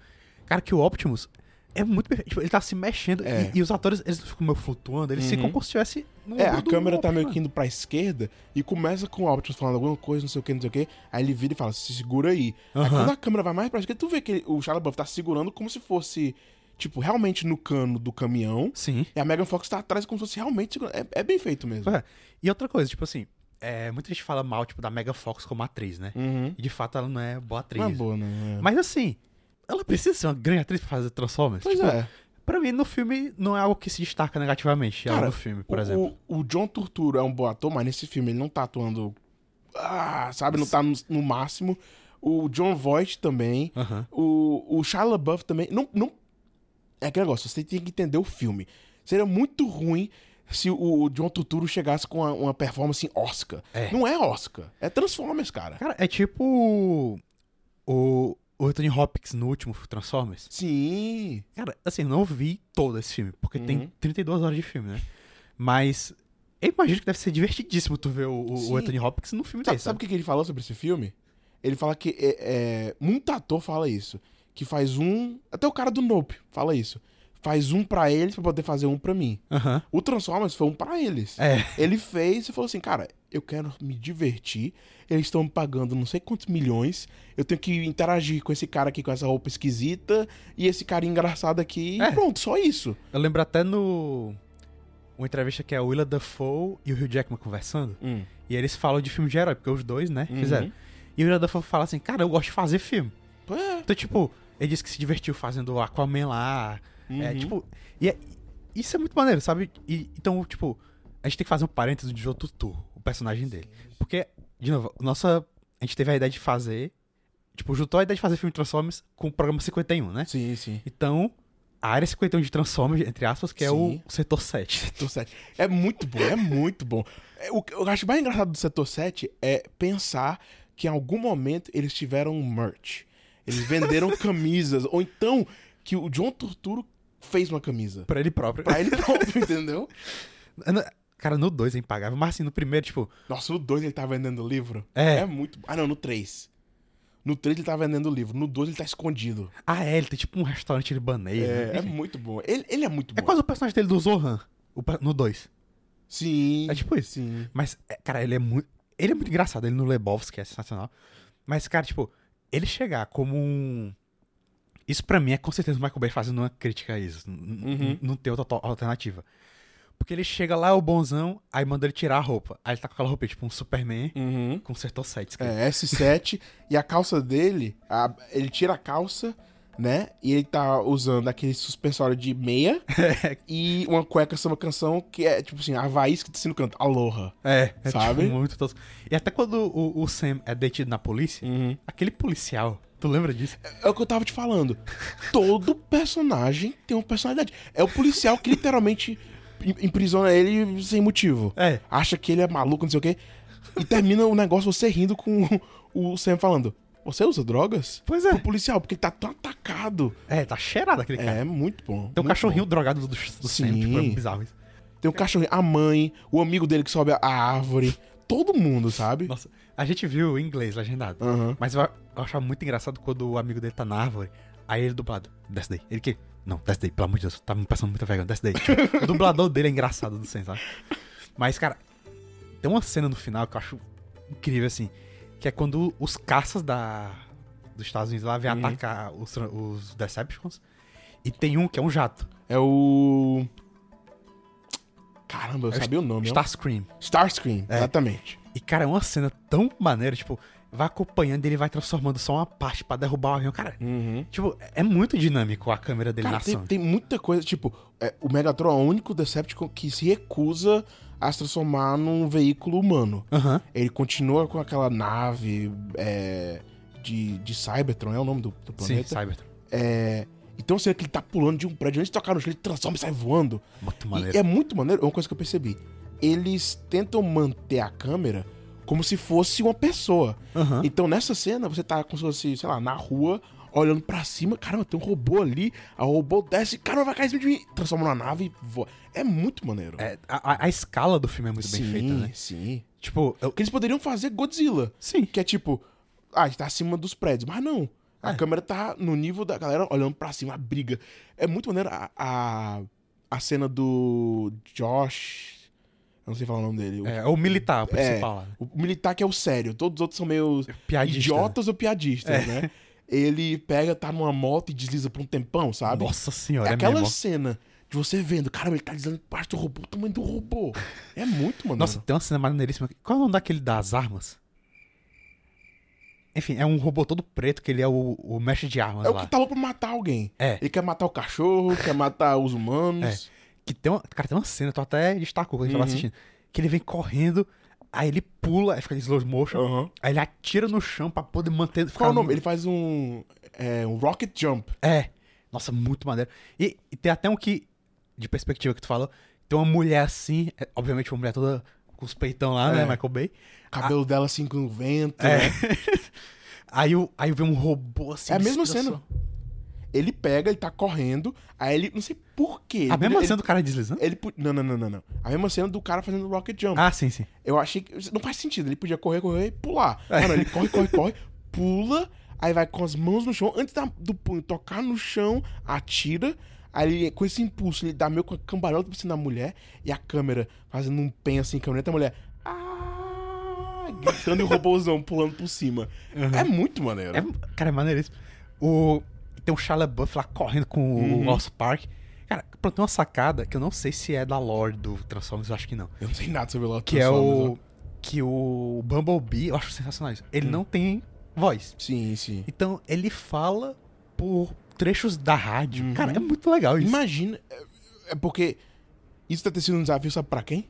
[SPEAKER 2] Cara, que o Optimus é muito perfeito. Tipo, ele tá se mexendo
[SPEAKER 1] É.
[SPEAKER 2] e, e os atores, eles não ficam meio flutuando, eles
[SPEAKER 1] Uhum.
[SPEAKER 2] ficam como se estivesse no
[SPEAKER 1] É,
[SPEAKER 2] ombro
[SPEAKER 1] a
[SPEAKER 2] do
[SPEAKER 1] câmera tá
[SPEAKER 2] Optimus,
[SPEAKER 1] meio
[SPEAKER 2] né?
[SPEAKER 1] que indo pra esquerda e começa com o Optimus falando alguma coisa, não sei o que, não sei o que. Aí ele vira e fala, se segura aí. Aí
[SPEAKER 2] Aham.
[SPEAKER 1] quando a câmera vai mais pra esquerda, tu vê que ele- o Shia LaBeouf tá segurando como se fosse, tipo, realmente no cano do caminhão.
[SPEAKER 2] Sim.
[SPEAKER 1] E a Megan Fox tá atrás como se fosse realmente segurando. É, é bem feito mesmo.
[SPEAKER 2] É. E outra coisa, tipo assim, é, muita gente fala mal, tipo, da Mega Fox como atriz, né?
[SPEAKER 1] Uhum.
[SPEAKER 2] E de fato ela não é boa atriz.
[SPEAKER 1] Não é boa, né?
[SPEAKER 2] Mas assim, ela precisa ser uma grande atriz pra fazer Transformers.
[SPEAKER 1] Pois
[SPEAKER 2] Tipo,
[SPEAKER 1] é.
[SPEAKER 2] Pra mim, no filme, não é algo que se destaca negativamente.
[SPEAKER 1] Cara,
[SPEAKER 2] ela no filme, por
[SPEAKER 1] o,
[SPEAKER 2] exemplo.
[SPEAKER 1] O, o John Turturro é um bom ator, mas nesse filme ele não tá atuando... Ah, sabe? Não tá no, no máximo. O John Voight também.
[SPEAKER 2] Aham.
[SPEAKER 1] O, o Shia LaBeouf também. Não, não. É aquele negócio, você tem que entender o filme. Seria muito ruim se o, o John Turturro chegasse com uma, uma performance em Oscar.
[SPEAKER 2] É.
[SPEAKER 1] Não é Oscar. É Transformers, cara.
[SPEAKER 2] Cara, é tipo o, o Anthony Hopkins no último Transformers.
[SPEAKER 1] Sim.
[SPEAKER 2] Cara, assim, eu não vi todo esse filme, porque
[SPEAKER 1] Uhum.
[SPEAKER 2] tem 32 horas de filme, né? Mas eu imagino que deve ser divertidíssimo tu ver o, o-
[SPEAKER 1] Sim.
[SPEAKER 2] o Anthony Hopkins num filme
[SPEAKER 1] Sabe,
[SPEAKER 2] desse.
[SPEAKER 1] Então, sabe o
[SPEAKER 2] Sabe?
[SPEAKER 1] que que ele falou sobre esse filme? Ele fala que. É, é, muito ator fala isso. Que faz um. Até o cara do Nope fala isso. Faz um pra eles pra poder fazer um pra mim.
[SPEAKER 2] né? Aham.
[SPEAKER 1] O Transformers foi um pra
[SPEAKER 2] (laughs)
[SPEAKER 1] eles.
[SPEAKER 2] É.
[SPEAKER 1] Ele fez e falou assim, cara, eu quero me divertir, eles estão me pagando não sei quantos milhões, eu tenho que interagir com esse cara aqui com essa roupa esquisita e esse cara engraçado aqui e
[SPEAKER 2] É.
[SPEAKER 1] pronto, só isso.
[SPEAKER 2] Eu lembro até no. Uma entrevista que é o Willa Dafoe e o Hugh Jackman conversando. E eles falam de filme de herói, porque os dois, né, fizeram.
[SPEAKER 1] Uhum.
[SPEAKER 2] E o Willa Dafoe fala assim, cara, eu gosto de fazer filme.
[SPEAKER 1] Pô, é.
[SPEAKER 2] Então, tipo, ele disse que se divertiu fazendo Aquaman lá. É,
[SPEAKER 1] Uhum.
[SPEAKER 2] tipo. E é- isso é muito maneiro, sabe? E- então, tipo, a gente tem que fazer um parênteses de Jotutu, o personagem dele. Porque, de novo, nossa. A gente teve a ideia de fazer. Tipo, juntou a ideia de fazer filme de Transformers com o programa 51, né?
[SPEAKER 1] Sim, sim.
[SPEAKER 2] Então, a área 51 de Transformers, entre aspas, que é o
[SPEAKER 1] Sim.
[SPEAKER 2] setor (laughs) 7.
[SPEAKER 1] Setor 7. É muito bom, é muito bom. É, O que eu acho mais engraçado do Setor 7 é pensar que em algum momento eles tiveram um merch. Eles
[SPEAKER 2] (laughs)
[SPEAKER 1] venderam camisas, ou então que o John Turturro fez uma camisa.
[SPEAKER 2] Pra ele próprio.
[SPEAKER 1] Pra ele próprio, (laughs) entendeu?
[SPEAKER 2] Cara, no 2 é impagável, mas assim, no primeiro, tipo.
[SPEAKER 1] Nossa, no 2 ele tá vendendo livro.
[SPEAKER 2] É.
[SPEAKER 1] É muito. Ah, não, no 3. No 3 ele tá vendendo livro. No 2 ele tá escondido.
[SPEAKER 2] Ah, é, ele tem tipo um restaurante libanês.
[SPEAKER 1] É,
[SPEAKER 2] né?
[SPEAKER 1] é muito bom. Ele, ele é muito
[SPEAKER 2] É
[SPEAKER 1] bom.
[SPEAKER 2] quase o personagem dele do Zohan, o pe- no 2.
[SPEAKER 1] Sim.
[SPEAKER 2] É tipo isso.
[SPEAKER 1] Sim.
[SPEAKER 2] Mas, é, cara, ele é muito. Ele é muito engraçado, ele no Lebowski é sensacional. Mas, cara, tipo, ele chegar como um. Isso pra mim é com certeza o Michael Bay fazendo uma crítica a isso. N- n-
[SPEAKER 1] Uhum.
[SPEAKER 2] Não tem outra to- alternativa. Porque ele chega lá, é o bonzão, aí manda ele tirar a roupa. Aí ele tá com aquela roupa, tipo, um Superman
[SPEAKER 1] Uhum.
[SPEAKER 2] com setor 7. cara.
[SPEAKER 1] É, S7. e a calça dele, a- ele tira a calça, né? E ele tá usando aquele suspensório de meia e uma cueca samba canção que é tipo assim, Havaí escrito assim no canto. Aloha.
[SPEAKER 2] É, é
[SPEAKER 1] Sabe?
[SPEAKER 2] tipo, muito tosco. E até quando o, o Sam é detido na polícia,
[SPEAKER 1] Uhum.
[SPEAKER 2] aquele policial, tu lembra disso?
[SPEAKER 1] É o que eu tava te falando. Todo personagem tem uma personalidade. É o policial que literalmente im- imprisona ele sem motivo.
[SPEAKER 2] É.
[SPEAKER 1] Acha que ele é maluco, não sei o quê. E termina o negócio você rindo com o Sam falando: Você usa drogas?
[SPEAKER 2] Pois é.
[SPEAKER 1] Pro policial, porque ele tá tão atacado.
[SPEAKER 2] É, tá cheirado aquele cara.
[SPEAKER 1] É, muito bom.
[SPEAKER 2] Tem um
[SPEAKER 1] muito
[SPEAKER 2] cachorrinho drogado do, do Sam,
[SPEAKER 1] Sim.
[SPEAKER 2] tipo, é bizarro isso.
[SPEAKER 1] bom. Tem um cachorrinho, a mãe, o amigo dele que sobe a a árvore. Todo mundo, sabe?
[SPEAKER 2] Nossa, a gente viu em inglês legendado.
[SPEAKER 1] Aham.
[SPEAKER 2] é Mas eu eu achava muito engraçado quando o amigo dele tá na árvore. Aí ele dublado, desce daí. Ele que, Não, desce daí, pelo amor de Deus, tá me passando muita vergonha, desce daí. Tipo, o dublador dele é engraçado do Sen, sabe? Mas, cara, tem uma cena no final que eu acho incrível, assim, que é quando os caças da, dos Estados Unidos lá vêm
[SPEAKER 1] Uhum.
[SPEAKER 2] atacar os, tra- os Decepticons. E tem um que é um jato,
[SPEAKER 1] É o. Caramba, eu
[SPEAKER 2] É o
[SPEAKER 1] sabia o nome. Star...
[SPEAKER 2] Starscream.
[SPEAKER 1] Starscream,
[SPEAKER 2] É.
[SPEAKER 1] exatamente.
[SPEAKER 2] E, cara, é uma cena tão maneira, tipo, vai acompanhando e ele vai transformando só uma parte pra derrubar o avião. Cara,
[SPEAKER 1] Uhum.
[SPEAKER 2] tipo, é muito dinâmico a câmera dele
[SPEAKER 1] Cara,
[SPEAKER 2] na
[SPEAKER 1] tem,
[SPEAKER 2] ação.
[SPEAKER 1] tem muita coisa. Tipo, é, o Megatron é o único Decepticon que se recusa a se transformar num veículo humano.
[SPEAKER 2] Aham.
[SPEAKER 1] Ele continua com aquela nave é, de, de Cybertron, é o nome do, do
[SPEAKER 2] Sim,
[SPEAKER 1] planeta.
[SPEAKER 2] Cybertron.
[SPEAKER 1] É, então, você vê que ele tá pulando de um prédio, antes de tocar no chão, ele transforma e sai voando.
[SPEAKER 2] Muito
[SPEAKER 1] E
[SPEAKER 2] maneiro.
[SPEAKER 1] é muito maneiro, é uma coisa que eu percebi. Eles tentam manter a câmera como se fosse uma pessoa.
[SPEAKER 2] Aham.
[SPEAKER 1] Então, nessa cena, você tá como se fosse, sei lá, na rua, olhando pra cima, caramba, tem um robô ali, a robô desce, caramba, vai cair em cima de mim, transforma na nave e voa. É muito maneiro.
[SPEAKER 2] É, a, a- a escala do filme é muito
[SPEAKER 1] sim,
[SPEAKER 2] bem feita, né?
[SPEAKER 1] sim.
[SPEAKER 2] Tipo, eu-
[SPEAKER 1] Porque eles poderiam fazer Godzilla,
[SPEAKER 2] sim.
[SPEAKER 1] que é tipo, ah, a gente tá acima dos prédios, mas não. A
[SPEAKER 2] É.
[SPEAKER 1] câmera tá no nível da galera olhando pra cima, a briga. É muito maneiro a, a, a cena do Josh. Eu não sei falar o nome dele. O,
[SPEAKER 2] É, é o militar, o principal lá.
[SPEAKER 1] o militar que é o sério, todos os outros são meio
[SPEAKER 2] É Piadista. né? É.
[SPEAKER 1] idiotas ou piadistas, né? Ele pega, tá numa moto e desliza por um tempão,
[SPEAKER 2] né?
[SPEAKER 1] sabe?
[SPEAKER 2] Nossa senhora,
[SPEAKER 1] é
[SPEAKER 2] é,
[SPEAKER 1] aquela
[SPEAKER 2] mesmo. ó.
[SPEAKER 1] cena de você vendo, caramba, ele tá deslizando parte do robô, o tamanho do robô. É muito, mano.
[SPEAKER 2] Nossa, tem uma cena maneiríssima. Qual é o nome daquele das armas? Enfim, é um robô todo preto que ele é o, o mestre de armas
[SPEAKER 1] é o
[SPEAKER 2] lá.
[SPEAKER 1] que tá louco pra matar alguém.
[SPEAKER 2] É.
[SPEAKER 1] Ele quer matar o cachorro, quer matar os humanos.
[SPEAKER 2] Que tem uma, cara, tem uma cena, tu até destacou quando a gente
[SPEAKER 1] Uhum.
[SPEAKER 2] tava assistindo. Que ele vem correndo, aí ele pula, aí fica em slow motion,
[SPEAKER 1] Aham.
[SPEAKER 2] aí ele atira no chão pra poder manter. ficar
[SPEAKER 1] Qual é o nome? Ele faz um, é, um rocket jump.
[SPEAKER 2] É. Nossa, muito maneiro. E, e tem até um que, de perspectiva que tu falou, tem uma mulher assim, é, obviamente uma mulher toda com os peitão lá,
[SPEAKER 1] É.
[SPEAKER 2] né, Michael Bay.
[SPEAKER 1] O cabelo dela assim com o vento.
[SPEAKER 2] Ah. É.
[SPEAKER 1] né?
[SPEAKER 2] (laughs) aí, o, aí vem um robô assim.
[SPEAKER 1] É a mesma
[SPEAKER 2] destrozando.
[SPEAKER 1] cena. Ele pega, ele tá correndo, aí ele. Não sei por quê.
[SPEAKER 2] É A
[SPEAKER 1] ele-
[SPEAKER 2] mesma
[SPEAKER 1] ele-
[SPEAKER 2] cena do cara deslizando?
[SPEAKER 1] Ele po- Não, não, não, não, não. A mesma cena do cara fazendo rocket jump.
[SPEAKER 2] Ah, sim, sim.
[SPEAKER 1] Eu achei que. Não faz sentido. Ele podia correr, correr e pular.
[SPEAKER 2] É.
[SPEAKER 1] Ah, não, ele corre, corre, corre, pula, aí vai com as mãos no chão, antes da- do punho tocar no chão, atira. Aí ele- com esse impulso, ele dá meio com a cambalhota pra cima da mulher e a câmera fazendo um pen assim, câmera, a mulher. Ah, gritando e o robôzão pulando por cima. É muito maneiro.
[SPEAKER 2] É, cara, é maneiríssimo. O, tem um Shia Buff lá correndo com
[SPEAKER 1] Uhum.
[SPEAKER 2] o Ross Park. Cara, pronto, tem uma sacada que eu não sei se é da lore do Transformers, eu acho que não.
[SPEAKER 1] Eu não sei nada sobre o
[SPEAKER 2] Que é o. Que o Bumblebee, eu acho sensacional isso.
[SPEAKER 1] Hum.
[SPEAKER 2] Ele não tem voz.
[SPEAKER 1] Sim, sim.
[SPEAKER 2] Então ele fala por trechos da rádio.
[SPEAKER 1] Uhum.
[SPEAKER 2] Cara, é muito legal isso.
[SPEAKER 1] Imagina. é- É porque. Isso tá ter sido um desafio, sabe pra quem?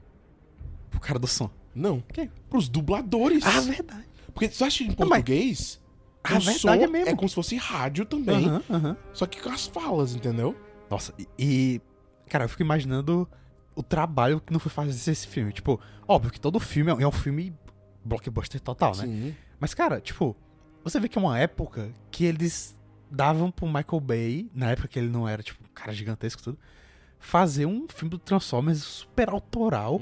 [SPEAKER 2] O cara do som.
[SPEAKER 1] Não.
[SPEAKER 2] Quem?
[SPEAKER 1] Pros dubladores.
[SPEAKER 2] Ah, verdade.
[SPEAKER 1] Porque você acha que em
[SPEAKER 2] mas-
[SPEAKER 1] português,
[SPEAKER 2] Ah,
[SPEAKER 1] o
[SPEAKER 2] verdade
[SPEAKER 1] som
[SPEAKER 2] é mesmo.
[SPEAKER 1] é como se fosse rádio também,
[SPEAKER 2] Aham, aham.
[SPEAKER 1] só que com as falas, entendeu?
[SPEAKER 2] Nossa, e, e, Cara, eu fico imaginando o trabalho que não foi fazer esse filme. Tipo, óbvio que todo filme é, é um filme blockbuster total, né?
[SPEAKER 1] Sim.
[SPEAKER 2] Mas, cara, tipo, você vê que é uma época que eles davam pro Michael Bay, na época que ele não era, tipo, um cara gigantesco e tudo, fazer um filme do Transformers super autoral.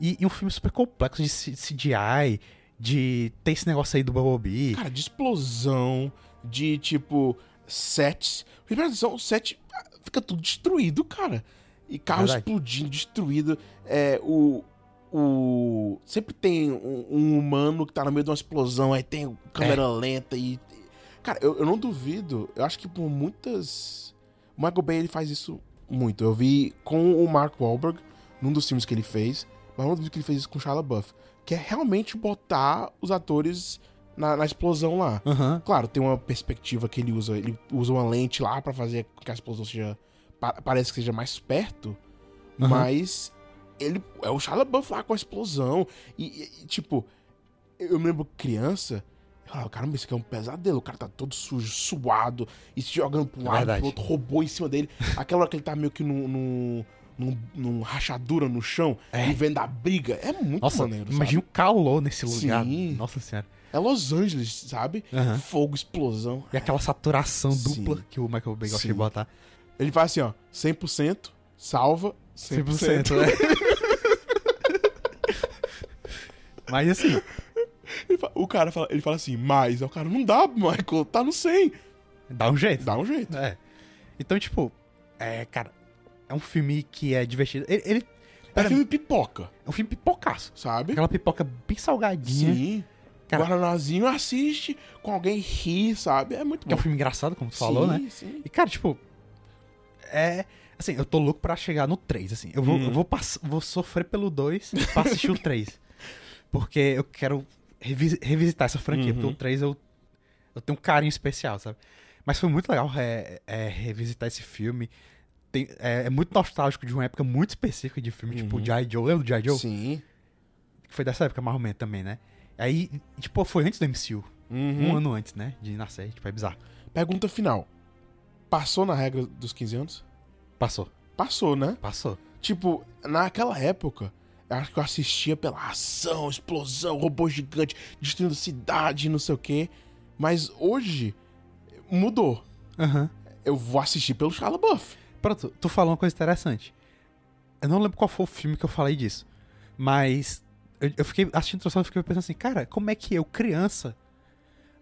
[SPEAKER 2] E, e um filme super complexo de C- CGI, de ter esse negócio aí do Bumblebee.
[SPEAKER 1] Cara, de explosão, de tipo, sets. Porque presta atenção, o set ah, fica tudo destruído, cara. E carro
[SPEAKER 2] Verdade.
[SPEAKER 1] explodindo, destruído. É, o. O. Sempre tem um, um humano que tá no meio de uma explosão, aí tem
[SPEAKER 2] É.
[SPEAKER 1] câmera lenta e. Cara, eu, eu não duvido. Eu acho que por muitas. O Michael Bay ele faz isso muito. Eu vi com o Mark Wahlberg, num dos filmes que ele fez, mas eu não duvido que ele fez isso com o Shia LaBeouf, que é realmente botar os atores na, na explosão lá.
[SPEAKER 2] Aham.
[SPEAKER 1] Claro, tem uma perspectiva que ele usa, ele usa uma lente lá pra fazer com que a explosão seja pa- parece que seja mais perto,
[SPEAKER 2] Aham.
[SPEAKER 1] mas ele é o Shia LaBeouf lá com a explosão e, e- e, tipo, eu me lembro criança, eu falava, caramba, isso aqui é um pesadelo, o cara tá todo sujo, suado, e se jogando pra um
[SPEAKER 2] É
[SPEAKER 1] lado,
[SPEAKER 2] verdade.
[SPEAKER 1] pro outro, robô em cima dele. Aquela hora que ele tá meio que num, num, num- num rachadura no chão,
[SPEAKER 2] É.
[SPEAKER 1] e vendo a briga, é muito
[SPEAKER 2] Nossa,
[SPEAKER 1] maneiro,
[SPEAKER 2] imagina o calor nesse lugar.
[SPEAKER 1] Sim.
[SPEAKER 2] Nossa senhora.
[SPEAKER 1] sabe? É Los Angeles, sabe?
[SPEAKER 2] Aham.
[SPEAKER 1] Fogo, explosão.
[SPEAKER 2] E aquela saturação
[SPEAKER 1] Sim.
[SPEAKER 2] dupla que o Michael Bay gosta de
[SPEAKER 1] Sim.
[SPEAKER 2] botar.
[SPEAKER 1] Ele faz assim, ó, 100%, salva, 100%.
[SPEAKER 2] 100%, né? (laughs) Mas assim,
[SPEAKER 1] Ele fa- o cara fala, ele fala assim, mas, Aí o cara, não dá, Michael, tá no 100.
[SPEAKER 2] dá um jeito.
[SPEAKER 1] Dá um jeito.
[SPEAKER 2] É. Então, tipo, É, cara, é um filme que é divertido. Ele, ele-
[SPEAKER 1] É
[SPEAKER 2] Pera-
[SPEAKER 1] filme pipoca,
[SPEAKER 2] é um filme pipocaço.
[SPEAKER 1] sabe?
[SPEAKER 2] Aquela pipoca bem salgadinha.
[SPEAKER 1] Sim.
[SPEAKER 2] Cara-
[SPEAKER 1] Guaranazinho assiste com alguém ri, sabe? É muito
[SPEAKER 2] Que é
[SPEAKER 1] bom.
[SPEAKER 2] um filme engraçado, como tu falou,
[SPEAKER 1] sim,
[SPEAKER 2] né?
[SPEAKER 1] Sim.
[SPEAKER 2] E, cara, tipo. É. Assim, eu tô louco pra chegar no 3, assim. Eu vou,
[SPEAKER 1] Hum.
[SPEAKER 2] eu vou, pass- vou sofrer pelo 2 pra assistir
[SPEAKER 1] (laughs)
[SPEAKER 2] o 3. Porque eu quero revi- revisitar essa franquia.
[SPEAKER 1] Uhum.
[SPEAKER 2] Porque o 3 eu, eu tenho um carinho especial, sabe? Mas foi muito legal re- é, revisitar esse filme. Tem- é, é muito nostálgico de uma época muito específica de filme, tipo
[SPEAKER 1] Uhum.
[SPEAKER 2] o G.I. Joe. Lembra do G.I. Joe?
[SPEAKER 1] Sim.
[SPEAKER 2] Que foi dessa época, mais ou menos, também, né? Aí, tipo, foi antes do MCU.
[SPEAKER 1] Uhum.
[SPEAKER 2] Um ano antes, né? De nascer. Tipo, é bizarro.
[SPEAKER 1] Pergunta final. Passou na regra dos 15 anos?
[SPEAKER 2] Passou.
[SPEAKER 1] Passou, né?
[SPEAKER 2] Passou.
[SPEAKER 1] Tipo, naquela época, eu acho que eu assistia pela ação, explosão, robô gigante, destruindo cidade, não sei o quê. Mas hoje, mudou.
[SPEAKER 2] Aham.
[SPEAKER 1] Eu vou assistir pelo Shia LaBeouf.
[SPEAKER 2] Pronto, tu falou uma coisa interessante. Eu não lembro qual foi o filme que eu falei disso. Mas eu, eu fiquei assistindo a introdução e fiquei pensando assim, cara, como é que eu, criança,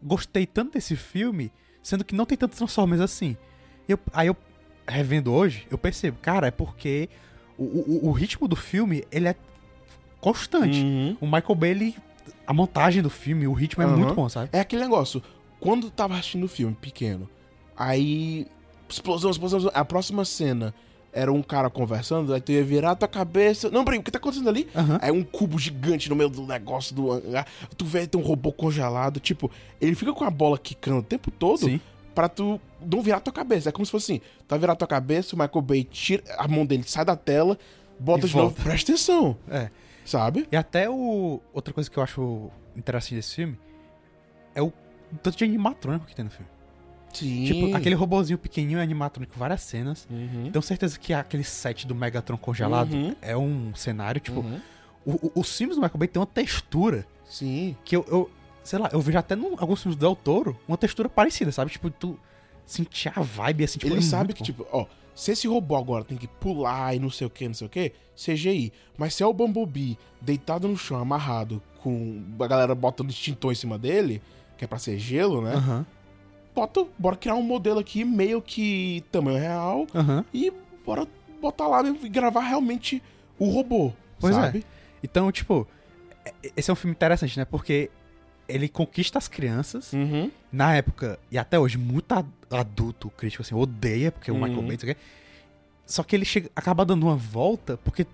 [SPEAKER 2] gostei tanto desse filme, sendo que não tem tantos Transformers assim. Eu, aí eu, revendo hoje, eu percebo, cara, é porque o, o- o ritmo do filme, ele é constante.
[SPEAKER 1] Hum.
[SPEAKER 2] O Michael Bay, ele, a montagem do filme, o ritmo é
[SPEAKER 1] Aham.
[SPEAKER 2] muito bom, sabe?
[SPEAKER 1] É aquele negócio. Quando eu tava assistindo o filme, pequeno, aí. Explosão, explosão, explosão. A próxima cena era um cara conversando, aí tu ia virar tua cabeça. Não, peraí, o que tá acontecendo ali?
[SPEAKER 2] Aham.
[SPEAKER 1] Aí um cubo gigante no meio do negócio do hangar. Tu vê, tem um robô congelado. Tipo, ele fica com a bola quicando o tempo todo
[SPEAKER 2] Sim.
[SPEAKER 1] pra tu não virar tua cabeça. É como se fosse assim: tu vai virar tua cabeça, o Michael Bay tira a mão dele, sai da tela, bota
[SPEAKER 2] E
[SPEAKER 1] de
[SPEAKER 2] volta.
[SPEAKER 1] novo, presta atenção.
[SPEAKER 2] É.
[SPEAKER 1] Sabe?
[SPEAKER 2] E até o. Outra coisa que eu acho interessante desse filme é o tanto de animatrônico que tem no filme.
[SPEAKER 1] Sim.
[SPEAKER 2] Tipo, aquele Então, robozinho pequenininho é animatrônico, com várias cenas.
[SPEAKER 1] Uhum.
[SPEAKER 2] Tenho certeza que aquele set do Megatron congelado
[SPEAKER 1] Uhum.
[SPEAKER 2] é um cenário, tipo.
[SPEAKER 1] Uhum.
[SPEAKER 2] o- o- os filmes do Michael Bay tem uma textura
[SPEAKER 1] Sim.
[SPEAKER 2] que eu. eu- sei lá, eu vejo até em alguns filmes do Del Toro uma textura parecida, sabe? Tipo, tu sentir a vibe assim, tipo.
[SPEAKER 1] Ele
[SPEAKER 2] é
[SPEAKER 1] sabe
[SPEAKER 2] muito
[SPEAKER 1] que,
[SPEAKER 2] bom.
[SPEAKER 1] tipo, ó, se esse robô agora tem que pular e não sei o que, não sei o que, CGI. Mas se é o Bumblebee deitado no chão, amarrado, com a galera botando extintor em cima dele, que é pra ser gelo, né?
[SPEAKER 2] Aham,
[SPEAKER 1] Bota, bora criar um modelo aqui meio que tamanho real
[SPEAKER 2] aham.
[SPEAKER 1] e bora botar lá mesmo e gravar realmente o robô,
[SPEAKER 2] Pois é.
[SPEAKER 1] sabe?
[SPEAKER 2] Então, tipo, é- é- esse é um filme interessante, né? Porque ele conquista as crianças.
[SPEAKER 1] Uhum.
[SPEAKER 2] na época, e até hoje, muito a- adulto crítico, assim, odeia, porque o Michael
[SPEAKER 1] Uhum.
[SPEAKER 2] Bay, não sei o quê. só que ele chega, acaba dando uma volta, porque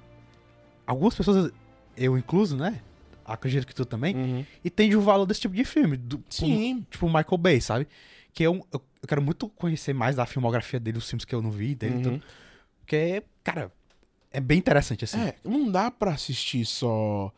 [SPEAKER 2] algumas pessoas, eu incluso, né? Acredito que tu também, entende o valor desse tipo de filme, do,
[SPEAKER 1] Uhum. Sim.
[SPEAKER 2] Como, tipo o Michael Bay, sabe? Que eu, eu, eu quero muito conhecer mais da filmografia dele, os filmes que eu não vi dele,
[SPEAKER 1] Uhum.
[SPEAKER 2] então, porque, cara, é bem interessante, assim.
[SPEAKER 1] É, não dá pra assistir só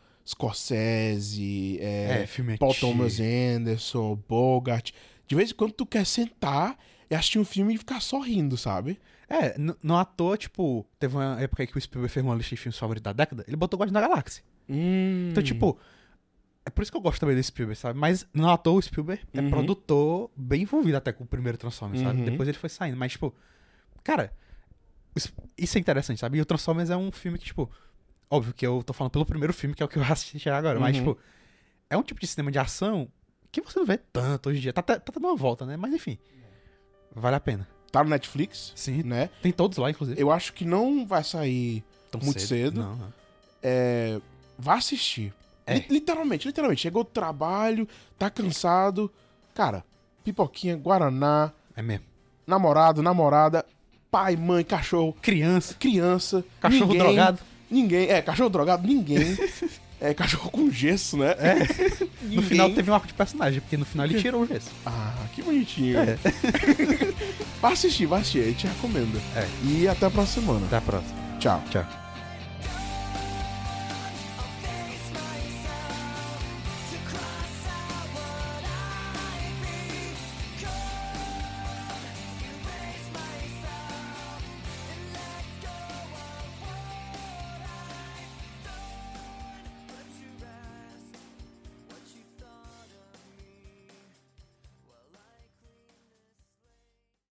[SPEAKER 1] Scorsese, é,
[SPEAKER 2] filme
[SPEAKER 1] Paul
[SPEAKER 2] antigo.
[SPEAKER 1] Thomas Anderson, Bogart. De vez em quando tu quer sentar e assistir um filme e ficar sorrindo, sabe?
[SPEAKER 2] É, n- não à toa, tipo, teve uma época aí que o Spielberg fez uma lista de filmes favoritos da década, ele botou Guardiões da Galáxia. Então,
[SPEAKER 1] Hum.
[SPEAKER 2] tipo, é por isso que eu gosto também do Spielberg, sabe? Mas não à toa o Spielberg é
[SPEAKER 1] Uhum.
[SPEAKER 2] produtor bem envolvido até com o primeiro Transformers, sabe?
[SPEAKER 1] Uhum.
[SPEAKER 2] Depois ele foi saindo, mas, tipo, cara, isso- isso é interessante, sabe? E o Transformers é um filme que, tipo, óbvio que eu tô falando pelo primeiro filme, que é o que eu (laughs) assisti agora, mas,
[SPEAKER 1] Uhum.
[SPEAKER 2] tipo, é um tipo de cinema de ação que você não vê tanto hoje em dia. Tá, até- tá dando uma volta, né? Mas, enfim, vale a pena.
[SPEAKER 1] tá no Netflix,
[SPEAKER 2] Sim,
[SPEAKER 1] né?
[SPEAKER 2] tem todos lá, inclusive.
[SPEAKER 1] Eu acho que não vai sair.
[SPEAKER 2] Tão
[SPEAKER 1] muito cedo.
[SPEAKER 2] Não, não.
[SPEAKER 1] É... Vá assistir.
[SPEAKER 2] É.
[SPEAKER 1] Li- Literalmente, literalmente. Chegou do trabalho, tá cansado. Cara, pipoquinha, guaraná,
[SPEAKER 2] É mesmo.
[SPEAKER 1] namorado, namorada, pai, mãe, cachorro,
[SPEAKER 2] Criança,
[SPEAKER 1] criança.
[SPEAKER 2] cachorro
[SPEAKER 1] ninguém,
[SPEAKER 2] drogado.
[SPEAKER 1] Ninguém. É, cachorro drogado,
[SPEAKER 2] (laughs)
[SPEAKER 1] ninguém. é, cachorro com gesso, né? (laughs) É.
[SPEAKER 2] No final teve um arco de personagem, porque
[SPEAKER 1] (laughs)
[SPEAKER 2] no final ele tirou o gesso.
[SPEAKER 1] Ah, que bonitinho. (laughs) vai assistir, vai assistir, a gente recomenda.
[SPEAKER 2] É.
[SPEAKER 1] E até a próxima semana.
[SPEAKER 2] Até a próxima.
[SPEAKER 1] Tchau.
[SPEAKER 2] Tchau.